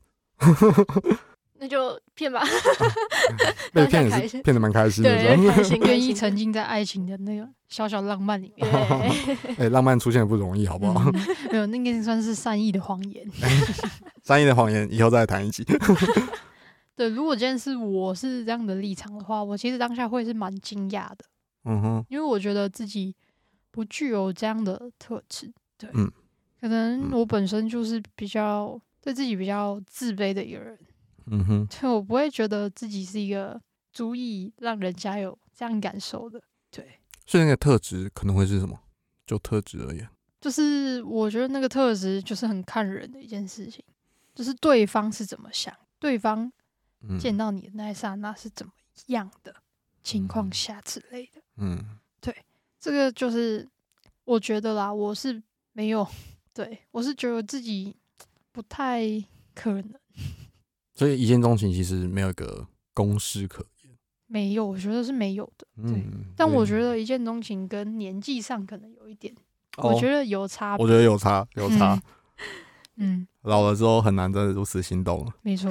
[SPEAKER 3] 那就骗吧，
[SPEAKER 2] 被骗
[SPEAKER 3] 开
[SPEAKER 2] 也是
[SPEAKER 3] 心
[SPEAKER 2] 骗的蛮开心的，这
[SPEAKER 3] 对
[SPEAKER 2] 样，
[SPEAKER 3] 开心
[SPEAKER 1] 愿意
[SPEAKER 3] 成
[SPEAKER 1] 沉浸在爱情的那个小小浪漫里面，
[SPEAKER 3] 对，
[SPEAKER 2] 哎，浪漫出现的不容易，好不好？
[SPEAKER 1] 嗯？ 没有，那个算是善意的谎言。
[SPEAKER 2] 善意的谎言以后再谈一集。
[SPEAKER 1] 对，如果今天是我是这样的立场的话，我其实当下会是蛮惊讶的，
[SPEAKER 2] 嗯哼，
[SPEAKER 1] 因为我觉得自己不具有这样的特质。对，
[SPEAKER 2] 嗯
[SPEAKER 1] 可能我本身就是比较对自己比较自卑的一个人，
[SPEAKER 2] 嗯哼，
[SPEAKER 1] 所以我不会觉得自己是一个足以让人家有这样感受的。对，
[SPEAKER 2] 所以那个特质可能会是什么？就特质而言，
[SPEAKER 1] 就是我觉得那个特质就是很看人的一件事情，就是对方是怎么想，对方
[SPEAKER 2] 嗯，
[SPEAKER 1] 见到你的那一刹那是怎么样的情况下之类的。
[SPEAKER 2] 嗯
[SPEAKER 1] 这个就是我觉得啦，我是没有，对我是觉得自己不太可能
[SPEAKER 2] 所以一见钟情其实没有一个公式可言。
[SPEAKER 1] 没有，我觉得是没有的。
[SPEAKER 2] 嗯，
[SPEAKER 1] 但我
[SPEAKER 2] 得，
[SPEAKER 1] 觉得一见钟情跟年纪上可能有一点，
[SPEAKER 2] 哦
[SPEAKER 1] 我觉得有差别。
[SPEAKER 2] 我觉得有差，有差。
[SPEAKER 1] 嗯，
[SPEAKER 2] 老了之后很难真的如此心动了。
[SPEAKER 1] 没 错。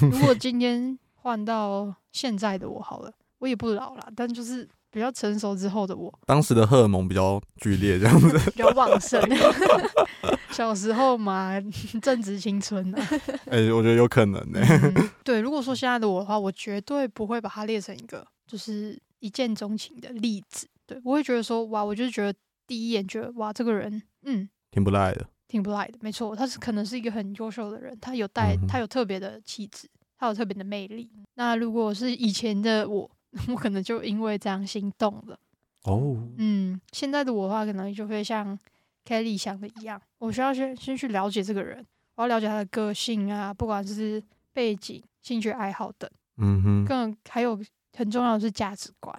[SPEAKER 1] 如果今天换到现在的我好了，我也不老了，但就是比较成熟之后的我，
[SPEAKER 2] 当时的荷尔蒙比较剧烈，这样子。
[SPEAKER 3] 比较旺盛，
[SPEAKER 1] 小时候嘛， 正值青春啊呢、
[SPEAKER 2] 哎、我觉得有可能呢、
[SPEAKER 1] 嗯 对，如果说现在的我的话，我绝对不会把它列成一个就是一见钟情的例子。对，我会觉得说，哇，我就是觉得第一眼觉得哇，这个人，嗯。
[SPEAKER 2] 挺不赖的。
[SPEAKER 1] 挺不赖的，没错，他是可能是一个很优秀的人，他有带
[SPEAKER 2] 嗯哼
[SPEAKER 1] 他有特别的气质，他有特别的魅力。那如果是以前的我， 我可能就因为这样心动了。
[SPEAKER 2] 哦，
[SPEAKER 1] 嗯，现在的我的话，可能就会像 Kelly 想的一样，我需要先先去了解这个人，我要了解他的个性啊，不管是背景、兴趣爱好等，
[SPEAKER 2] 嗯哼，
[SPEAKER 1] 更还有很重要的是价值观。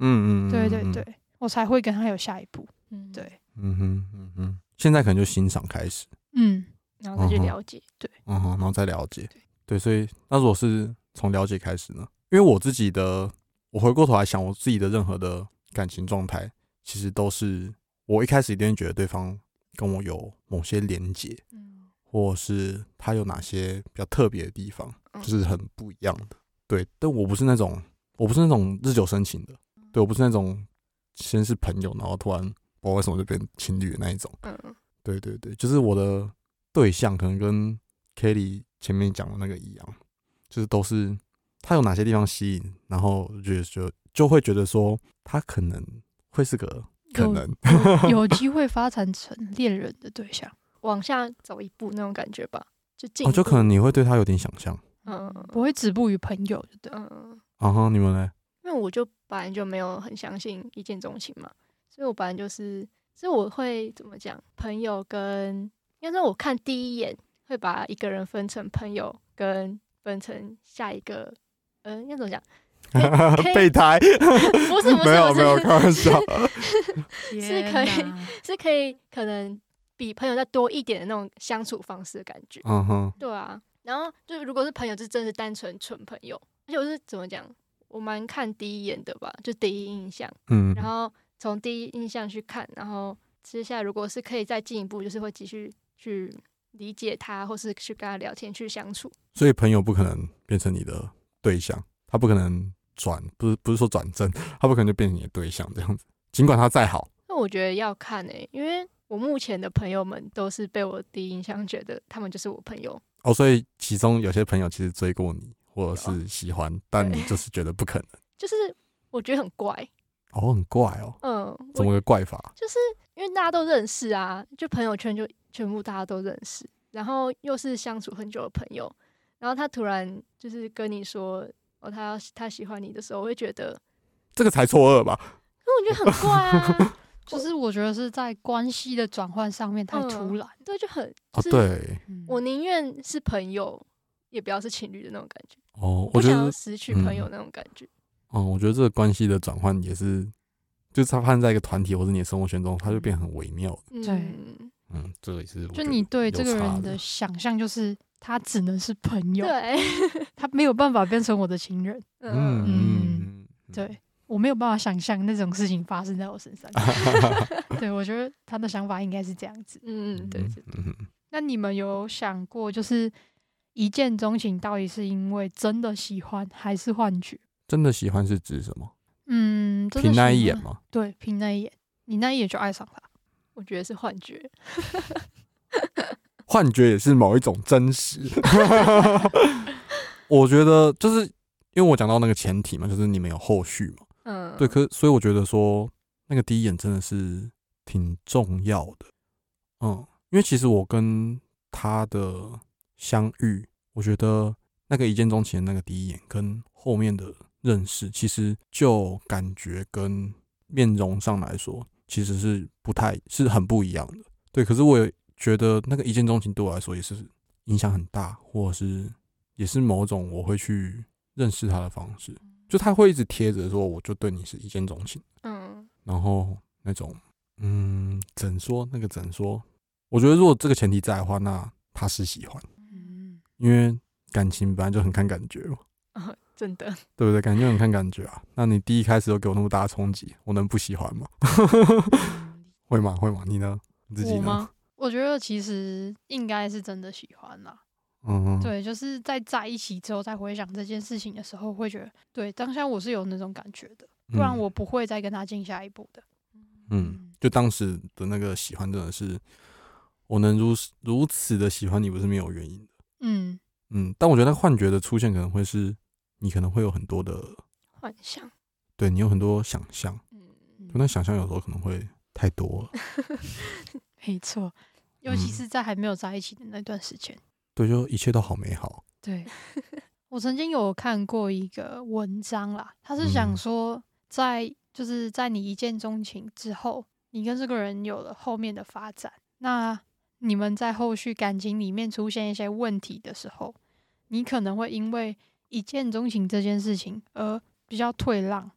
[SPEAKER 2] 嗯嗯，嗯
[SPEAKER 1] 对对，
[SPEAKER 2] 嗯
[SPEAKER 1] 对，我才会跟他有下一步。
[SPEAKER 3] 嗯，
[SPEAKER 1] 对，
[SPEAKER 2] 嗯哼，嗯哼，现在可能就欣赏开始，
[SPEAKER 1] 嗯，
[SPEAKER 3] 然后再去
[SPEAKER 2] 嗯哼
[SPEAKER 3] 了解，
[SPEAKER 2] 嗯哼，然后再了解，对，所以那如果是从了解开始呢？因为我自己的，我回过头来想，我自己的任何的感情状态，其实都是我一开始一定会觉得对方跟我有某些连结，
[SPEAKER 1] 嗯
[SPEAKER 2] 或是他有哪些比较特别的地方，
[SPEAKER 3] 嗯
[SPEAKER 2] 就是很不一样的。对，但我不是那种，我不是那种日久生情的，对我不是那种先是朋友，然后突然不知道为什么就变情侣的那一种。
[SPEAKER 3] 嗯，
[SPEAKER 2] 对对对，就是我的对象可能跟 Kelly 前面讲的那个一样，就是都是他有哪些地方吸引，然后就觉得就就会觉得说他可能会是个可
[SPEAKER 1] 有
[SPEAKER 2] 能，
[SPEAKER 1] 有机会发展成恋人的对象。
[SPEAKER 3] 往下走一步那种感觉吧，就进
[SPEAKER 2] 哦，
[SPEAKER 3] 一
[SPEAKER 2] 就
[SPEAKER 3] 步
[SPEAKER 2] 可能你会对他有点想象。
[SPEAKER 3] 嗯嗯
[SPEAKER 1] 不会止步于朋友，就对了。
[SPEAKER 3] 嗯，
[SPEAKER 2] 啊哈，你们呢？
[SPEAKER 3] 因为我就本来就没有很相信一见钟情嘛，所以我本来就是，所以我会怎么讲，朋友跟应该说我看第一眼会把一个人分成朋友跟分成下一个，嗯、应该怎么讲？ 可以
[SPEAKER 2] 备胎。
[SPEAKER 3] 不是不
[SPEAKER 2] 没
[SPEAKER 3] 是
[SPEAKER 2] 有
[SPEAKER 3] 不
[SPEAKER 2] 没有，
[SPEAKER 3] 是，
[SPEAKER 2] 开玩 笑。
[SPEAKER 3] 是可以是可以可能比朋友再多一点的那种相处方式的感觉。
[SPEAKER 2] 嗯哼，
[SPEAKER 3] 对啊，然后就如果是朋友，就真的是单纯纯朋友，而且我是怎么讲，我蛮看第一眼的吧，就第一印象，
[SPEAKER 2] 嗯，
[SPEAKER 3] 然后从第一印象去看，然后接下来如果是可以再进一步，就是会继续去理解他，或是去跟他聊天去相处。
[SPEAKER 2] 所以朋友不可能变成你的对象，他不可能转，不是不是说转正，他不可能就变成你的对象这样子。尽管他再好，
[SPEAKER 3] 那我觉得要看诶、因为我目前的朋友们都是被我第一印象觉得他们就是我朋友，
[SPEAKER 2] 哦，所以其中有些朋友其实追过你，或者
[SPEAKER 3] 有
[SPEAKER 1] 啊
[SPEAKER 2] 是喜欢，但你就是觉得不可能。
[SPEAKER 3] 就是我觉得很怪，
[SPEAKER 2] 哦，很怪哦，
[SPEAKER 3] 嗯，
[SPEAKER 2] 怎么个怪法？
[SPEAKER 3] 就是因为大家都认识啊，就朋友圈就全部大家都认识，然后又是相处很久的朋友，然后他突然就是跟你说哦，他要他喜欢你的时候，我会觉得，
[SPEAKER 2] 这个才错愕吧？
[SPEAKER 3] 可我觉得很怪啊，
[SPEAKER 1] 就是我觉得是在关系的转换上面太突然。
[SPEAKER 3] 对，就很，
[SPEAKER 2] 哦，
[SPEAKER 3] 是
[SPEAKER 2] 对，
[SPEAKER 1] 嗯
[SPEAKER 3] 嗯我宁愿是朋友，也不要是情侣的那种感觉，
[SPEAKER 2] 哦，
[SPEAKER 3] 不
[SPEAKER 2] 我觉
[SPEAKER 3] 想要
[SPEAKER 2] 得，
[SPEAKER 3] 失去朋友那种感觉，
[SPEAKER 2] 哦，我觉得这个关系的转换也是，就是它发生在一个团体或者你的生活圈中，它就变得很微妙的。
[SPEAKER 3] 嗯，
[SPEAKER 1] 对
[SPEAKER 2] 嗯，这个也是我
[SPEAKER 1] 就
[SPEAKER 2] 觉得
[SPEAKER 1] 你对这个
[SPEAKER 2] 有差
[SPEAKER 1] 人的想象就是他只能是朋友，
[SPEAKER 3] 对，
[SPEAKER 1] 他没有办法变成我的情人。
[SPEAKER 2] 嗯
[SPEAKER 3] 嗯，
[SPEAKER 2] 嗯，嗯
[SPEAKER 1] 对，我没有办法想象那种事情发生在我身 上。对，我觉得他的想法应该是这样子。
[SPEAKER 3] 嗯，对，对
[SPEAKER 2] 嗯哼
[SPEAKER 1] 那你们有想过，就是一见钟情到底是因为真的喜欢还是幻觉？
[SPEAKER 2] 真的喜欢是指什么？
[SPEAKER 1] 嗯，真的
[SPEAKER 2] 凭那一
[SPEAKER 1] 喜
[SPEAKER 2] 眼
[SPEAKER 1] 欢，
[SPEAKER 2] 吗？
[SPEAKER 1] 对，凭那一眼，你那一眼就爱上他。
[SPEAKER 3] 我觉得是幻觉。
[SPEAKER 2] 幻觉也是某一种真实。我觉得就是因为我讲到那个前提嘛，就是你们有后续嘛，
[SPEAKER 3] 嗯，
[SPEAKER 2] 对，可所以我觉得说那个第一眼真的是挺重要的，嗯，因为其实我跟他的相遇，我觉得那个一见钟情的那个第一眼跟后面的认识，其实就感觉跟面容上来说，其实是不太是很不一样的，对。可是我也觉得那个一见钟情对我来说也是影响很大，或者是也是某种我会去认识他的方式。就他会一直贴着说，我就对你是一见钟情，
[SPEAKER 3] 嗯
[SPEAKER 2] 然后那种，嗯，怎说那个怎说？我觉得如果这个前提在的话，那他是喜欢，
[SPEAKER 1] 嗯，
[SPEAKER 2] 因为感情本来就很看感觉嘛，
[SPEAKER 3] 啊，真的，
[SPEAKER 2] 对不对？感情很看感觉啊。那你第一开始就给我那么大的冲击，我能不喜欢吗？ 会吗？会吗？你呢？你自己
[SPEAKER 1] 我
[SPEAKER 2] 呢
[SPEAKER 1] 吗？？我觉得其实应该是真的喜欢啦。
[SPEAKER 2] 嗯，，
[SPEAKER 1] 对，就是在在一起之后再回想这件事情的时候，会觉得对当下我是有那种感觉的，不然，我不会再跟他进下一步的。
[SPEAKER 2] 嗯，就当时的那个喜欢真的是，我能如如此的喜欢你，不是没有原因的。
[SPEAKER 1] 嗯，
[SPEAKER 2] 嗯，但我觉得那幻觉的出现可能会是你可能会有很多的，
[SPEAKER 3] 幻想。
[SPEAKER 2] 对你有很多想象，
[SPEAKER 3] 嗯，
[SPEAKER 1] 嗯
[SPEAKER 2] 那想象有时候可能会太多了，
[SPEAKER 1] 没错，尤其
[SPEAKER 2] 嗯
[SPEAKER 1] 是在还没有在一起的那段时间。
[SPEAKER 2] 对，就一切都好美好，
[SPEAKER 1] 对， 我曾经有看过一个文章啦，他是想
[SPEAKER 2] 嗯
[SPEAKER 1] 说在，就是在你一见钟情之后，你跟这个人有了后面的发展，那你们在后续感情里面出现一些问题的时候，你可能会因为一见钟情这件事情而比较退让、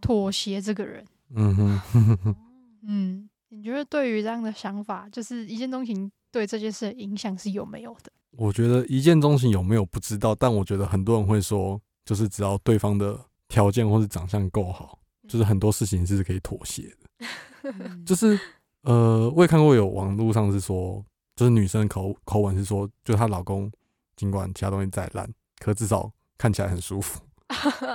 [SPEAKER 1] 妥协这个人。
[SPEAKER 2] 嗯哼，
[SPEAKER 1] 嗯，你觉得对于这样的想法，就是一见钟情对这件事的影响是有没有的？
[SPEAKER 2] 我觉得一见钟情有没有不知道，但我觉得很多人会说，就是只要对方的条件或是长相够好，就是很多事情是可以妥协的，
[SPEAKER 1] 嗯
[SPEAKER 2] 就是呃，我也看过有网络上是说，就是女生口口吻是说，就她老公尽管其他东西再烂，可至少看起来很舒服，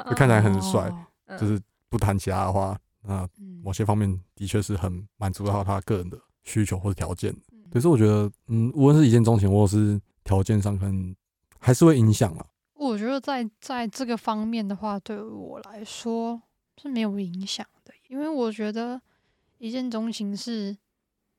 [SPEAKER 2] 就看起来很帅，
[SPEAKER 1] 哦
[SPEAKER 3] 嗯
[SPEAKER 2] 就是不谈其他的话，那
[SPEAKER 1] 嗯
[SPEAKER 2] 某些方面的确是很满足到他个人的需求或者条件。
[SPEAKER 3] 嗯
[SPEAKER 2] 可是我觉得，嗯，无论是一见钟情或者是条件上，可能还是会影响啊。
[SPEAKER 1] 我觉得在在这个方面的话，对于我来说是没有影响的，因为我觉得一见钟情是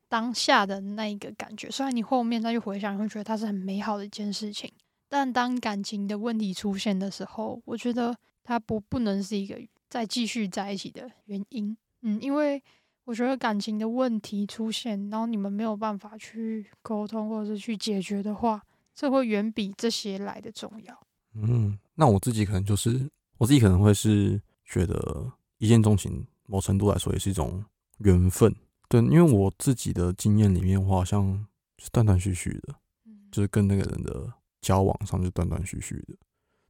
[SPEAKER 1] 当下的那一个感觉，虽然你后面再去回想，你会觉得它是很美好的一件事情，但当感情的问题出现的时候，我觉得它不不能是一个再继续在一起的原因。嗯，因为我觉得感情的问题出现，然后你们没有办法去沟通或者是去解决的话，这会远比这些来的重要。
[SPEAKER 2] 嗯，那我自己可能就是我自己可能会是觉得一见钟情，某程度来说也是一种缘分。对，因为我自己的经验里面，我好像是断断续续的，
[SPEAKER 1] 嗯
[SPEAKER 2] 就是跟那个人的交往上就断断续续的。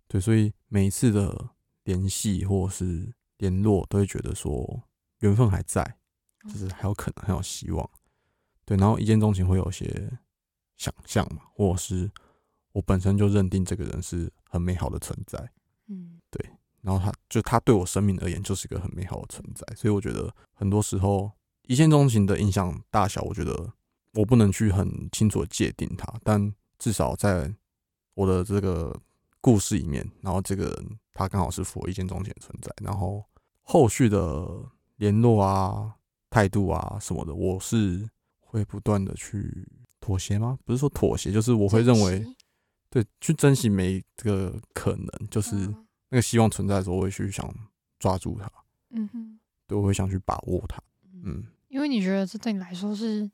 [SPEAKER 2] 对，所以每一次的联系或是联络，都会觉得说缘分还在，就是还有可能，还有希望。对，然后一见钟情会有一些想象嘛，或者是我本身就认定这个人是很美好的存在，
[SPEAKER 1] 嗯
[SPEAKER 2] 然后他就他对我生命而言就是一个很美好的存在，所以我觉得很多时候一见钟情的影响大小，我觉得我不能去很清楚的界定它，但至少在我的这个故事里面，然后这个人他刚好是符合一见钟情的存在，然后后续的联络啊、态度啊什么的，我是会不断的去妥协吗？不是说妥协，就是我
[SPEAKER 3] 我
[SPEAKER 2] 会认为对去珍惜每一个可能，就是。那个希望存在的时候，我会去想抓住它，
[SPEAKER 1] 嗯哼，
[SPEAKER 2] 对，我会想去把握它。嗯，
[SPEAKER 1] 因为你觉得这对你来说是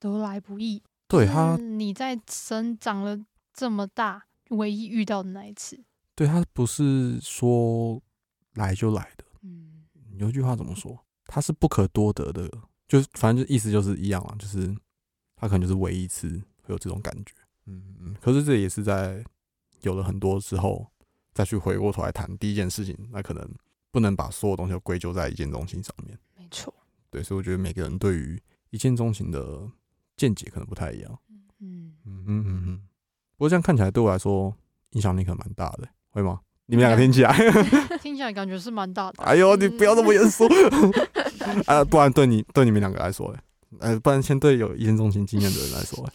[SPEAKER 1] 得来不易，
[SPEAKER 2] 对
[SPEAKER 1] 就
[SPEAKER 2] 它
[SPEAKER 1] 是，你在生长了这么大唯一遇到的那一次。
[SPEAKER 2] 对它不是说来就来的。
[SPEAKER 1] 嗯
[SPEAKER 2] 有一句话怎么说？它是不可多得的，就是反正就意思就是一样啊，就是它可能就是唯一一次会有这种感觉。嗯嗯，可是这也是在有了很多之后再去回过头来谈第一件事情，那可能不能把所有东西都归咎在一见钟情上面。
[SPEAKER 1] 没错，
[SPEAKER 2] 对，所以我觉得每个人对于一见钟情的见解可能不太一样。
[SPEAKER 1] 嗯，
[SPEAKER 2] 嗯嗯嗯嗯。不过这样看起来对我来说影响力可能蛮大的，会
[SPEAKER 1] 啊
[SPEAKER 2] 吗？你们两个听起来，
[SPEAKER 1] 听起来感觉是蛮大的。
[SPEAKER 2] 哎呦，你不要那么 严肃 啊！不然对你对你们两个来说嘞，呃，不然先对有一见钟情经验的人来说嘞，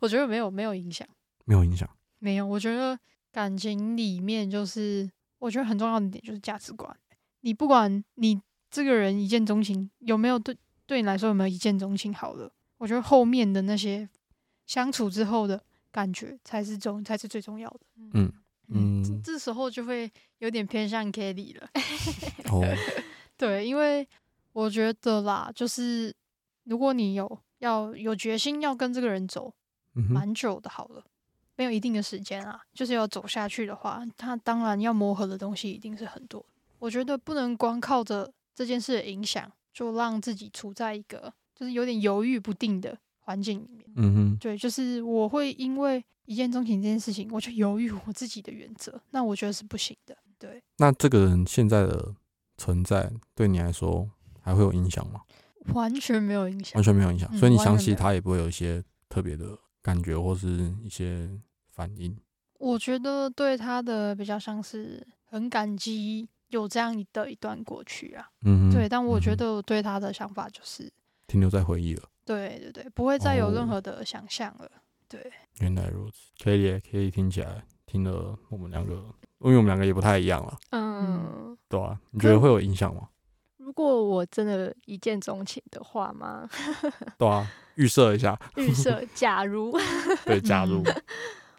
[SPEAKER 1] 我觉得没有没有影响，
[SPEAKER 2] 没有 影响。
[SPEAKER 1] 没有。我觉得感情里面就是，我觉得很重要的点就是价值观。你不管你这个人一见钟情有没有对对你来说有没有一见钟情，好了，我觉得后面的那些相处之后的感觉才是重才是最重要的。
[SPEAKER 2] 嗯
[SPEAKER 1] 这
[SPEAKER 2] 嗯，
[SPEAKER 1] 这时候就会有点偏向 Kelly 了。
[SPEAKER 2] 哦，
[SPEAKER 1] 对，因为我觉得啦，就是如果你有要有决心要跟这个人走
[SPEAKER 2] 嗯哼，
[SPEAKER 1] 蛮久的，好了，没有一定的时间啊，就是要走下去的话，他当然要磨合的东西一定是很多。我觉得不能光靠着这件事的影响，就让自己处在一个就是有点犹豫不定的环境里面。
[SPEAKER 2] 嗯哼，
[SPEAKER 1] 对，就是我会因为一见钟情这件事情，我就犹豫我自己的原则，那我觉得是不行的。对，
[SPEAKER 2] 那这个人现在的存在对你来说还会有影响吗？
[SPEAKER 1] 完全没有影响
[SPEAKER 2] 完。全没有影响，
[SPEAKER 1] 嗯
[SPEAKER 2] 所以你
[SPEAKER 1] 完
[SPEAKER 2] 想
[SPEAKER 1] 全
[SPEAKER 2] 起
[SPEAKER 1] 没有
[SPEAKER 2] 他也不会有一些特别的感觉或是一些反应。
[SPEAKER 1] 我觉得对他的比较像是很感激有这样的一段过去啊，
[SPEAKER 2] 嗯哼，
[SPEAKER 1] 对。但我
[SPEAKER 2] 嗯
[SPEAKER 1] 觉
[SPEAKER 2] 哼
[SPEAKER 1] 得我对他的想法就是，
[SPEAKER 2] 停留在回忆了。
[SPEAKER 1] 对对对，不会再有任
[SPEAKER 2] 哦
[SPEAKER 1] 何的想象了。
[SPEAKER 2] 原来如此，Kelly 也 Kelly 听起来听了我们两个，因为我们两个也不太一样了，
[SPEAKER 3] 嗯，
[SPEAKER 2] 对啊，你觉得会有影响 吗？
[SPEAKER 3] 如果我真的一见钟情的话吗？
[SPEAKER 2] 对啊，预设一下，
[SPEAKER 3] 预设，假如，
[SPEAKER 2] 对，加入，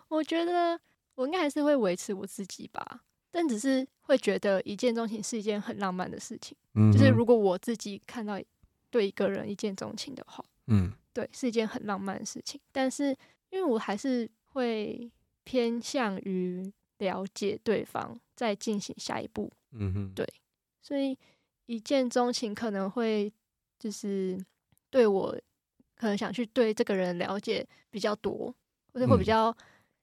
[SPEAKER 3] 我觉得我应该还是会维持我自己吧，但只是会觉得一见钟情是一件很浪漫的事情。
[SPEAKER 2] 嗯哼，
[SPEAKER 3] 就是如果我自己看到对一个人一见钟情的话，
[SPEAKER 2] 嗯
[SPEAKER 3] 对，是一件很浪漫的事情。但是因为我还是会偏向于了解对方，再进行下一步，
[SPEAKER 2] 嗯哼，
[SPEAKER 3] 对所以一见钟情可能会就是对我可能想去对这个人了解比较多，或者会比
[SPEAKER 2] 嗯
[SPEAKER 3] 较、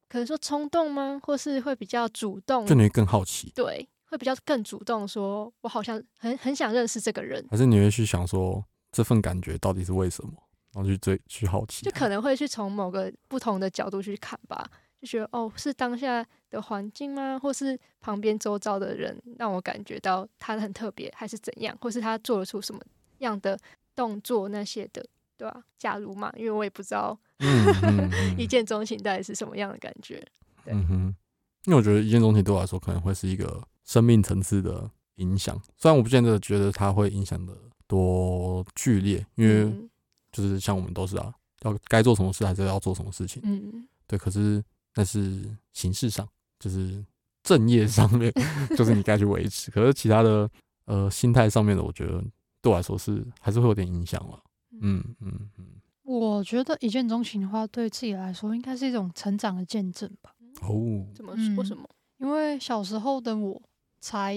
[SPEAKER 3] 可能说冲动吗？或是会比较主动
[SPEAKER 2] 就，你会更好奇，
[SPEAKER 3] 对，会比较更主动说我好像很很想认识这个人。
[SPEAKER 2] 还是你会去想说这份感觉到底是为什么，然后去追去好奇
[SPEAKER 3] 就
[SPEAKER 2] 它，
[SPEAKER 3] 可能会去从某个不同的角度去看吧，就觉得哦，是当下的环境吗？或是旁边周遭的人让我感觉到他很特别，还是怎样？或是他做了出什么样的动作那些的，对吧、假如嘛，因为我也不知道
[SPEAKER 2] 嗯嗯 嗯
[SPEAKER 3] 一见钟情到底是什么样的感觉。对
[SPEAKER 2] 嗯哼，因为我觉得一见钟情对我来说可能会是一个生命层次的影响，虽然我不见得觉得它会影响的多剧烈，因为
[SPEAKER 3] 嗯
[SPEAKER 2] 就是像我们都是啊，要该做什么事还是要做什么事情，
[SPEAKER 3] 嗯，
[SPEAKER 2] 对。可是那是形式上，就是正业上面，就是你该去维持。可是其他的呃心态上面的，我觉得对我来说是还是会有点影响了。嗯嗯嗯，
[SPEAKER 1] 我觉得一见钟情的话，对自己来说应该是一种成长的见证吧。
[SPEAKER 2] 哦，
[SPEAKER 3] 怎么说？为
[SPEAKER 1] 嗯
[SPEAKER 3] 什么？
[SPEAKER 1] 因为小时候的我才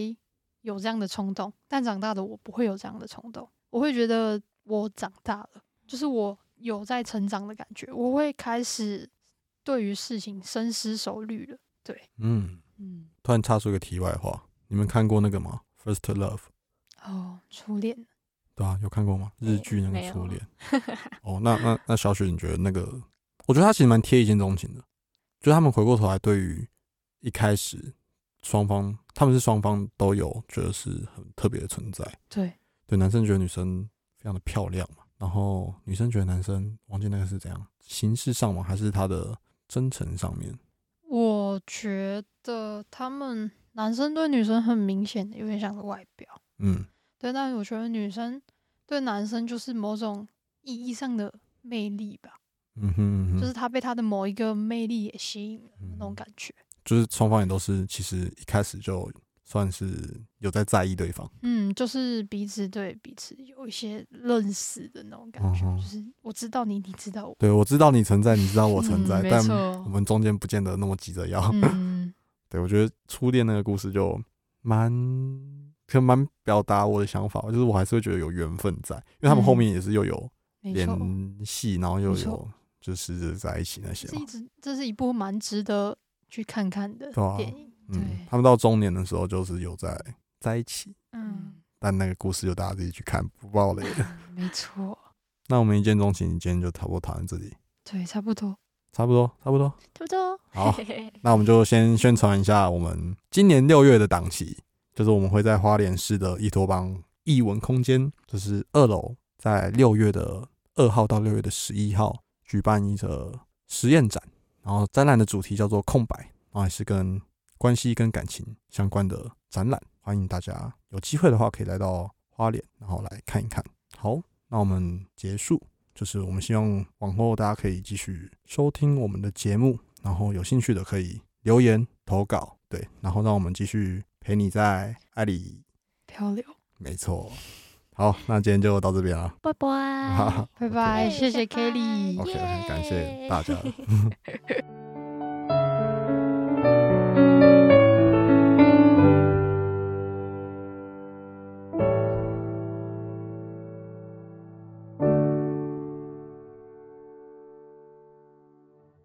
[SPEAKER 1] 有这样的冲动，但长大的我不会有这样的冲动。我会觉得我长大了，就是我有在成长的感觉，我会开始对于事情深思熟虑了。
[SPEAKER 2] 嗯，
[SPEAKER 1] 嗯，
[SPEAKER 2] 突然插出一个题外话，你们看过那个吗？First Love。
[SPEAKER 1] 哦，初恋，
[SPEAKER 2] 对啊，有看过吗？日
[SPEAKER 3] 没
[SPEAKER 2] 剧那个
[SPEAKER 3] 没
[SPEAKER 2] 《初
[SPEAKER 3] 有
[SPEAKER 2] 恋》哦，那那那小雪，你觉得那个？我觉得他其实蛮贴一见钟情的，就是他们回过头来，对于一开始双方，他们是双方都有觉得是很特别的存在。
[SPEAKER 1] 对，
[SPEAKER 2] 对，男生觉得女生非常的漂亮嘛，然后女生觉得男生，忘记那个是怎样，形式上吗？还是他的真诚上面？
[SPEAKER 1] 我觉得他们男生对女生很明显的有点像是外表，
[SPEAKER 2] 嗯
[SPEAKER 1] 对，但我觉得女生对男生就是某种意义上的魅力吧，
[SPEAKER 2] 嗯哼嗯
[SPEAKER 1] 就是
[SPEAKER 2] 哼，
[SPEAKER 1] 他被他的某一个魅力也吸引了那种
[SPEAKER 2] 嗯
[SPEAKER 1] 感觉。
[SPEAKER 2] 就是双方也都是其实一开始就算是有在在意对方。
[SPEAKER 1] 嗯，就是彼此对彼此有一些认识的那种感觉，
[SPEAKER 2] 嗯哼
[SPEAKER 1] 就是我知道你，你知道我，
[SPEAKER 2] 对，我知道你存在，你知道我
[SPEAKER 1] 我
[SPEAKER 2] 存在，
[SPEAKER 1] 嗯、没
[SPEAKER 2] 但我
[SPEAKER 1] 错，
[SPEAKER 2] 们中间不见得那么急着要。
[SPEAKER 1] 嗯，
[SPEAKER 2] 对我觉得初恋那个故事就蛮，可能蛮表达我的想法，就是我还是会觉得有缘分在，因为他们后
[SPEAKER 1] 嗯
[SPEAKER 2] 面也是又有
[SPEAKER 1] 没
[SPEAKER 2] 联
[SPEAKER 1] 错，
[SPEAKER 2] 系，然后又
[SPEAKER 1] 没错
[SPEAKER 2] 有就是实质在一起那些
[SPEAKER 1] 这是
[SPEAKER 2] 嘛
[SPEAKER 1] 一。直这是一部蛮值得去看看的
[SPEAKER 2] 对啊
[SPEAKER 1] 电影，
[SPEAKER 2] 嗯
[SPEAKER 1] 对，
[SPEAKER 2] 他们到中年的时候就是有在在一起。
[SPEAKER 1] 嗯，
[SPEAKER 2] 但那个故事就大家自己去看，不爆雷了。
[SPEAKER 1] 没错，
[SPEAKER 2] 那我们一见钟情，今天就差不多讨论这里，
[SPEAKER 1] 对，差不多。
[SPEAKER 2] 差不多，差不多。
[SPEAKER 3] 对不对？
[SPEAKER 2] 好，那我们就先宣传一下我们今年六月的档期，就是我们会在花莲市的依托邦艺文空间，就是二楼，在六月的二号到六月的十一号举办一个实验展，然后展览的主题叫做“空白”，然后也是跟关系跟感情相关的展览，欢迎大家有机会的话可以来到花莲，然后来看一看。好，那我们结束。就是我们希望往后大家可以继续收听我们的节目，然后有兴趣的可以留言投稿，对，然后让我们继续陪你在爱里。
[SPEAKER 1] 漂流，
[SPEAKER 2] 没错，好，那今天就到这边了。
[SPEAKER 3] 拜拜。
[SPEAKER 1] 拜拜，
[SPEAKER 3] 哎
[SPEAKER 1] 谢谢
[SPEAKER 3] 拜拜
[SPEAKER 1] Kelly。
[SPEAKER 2] OK，很感谢大家。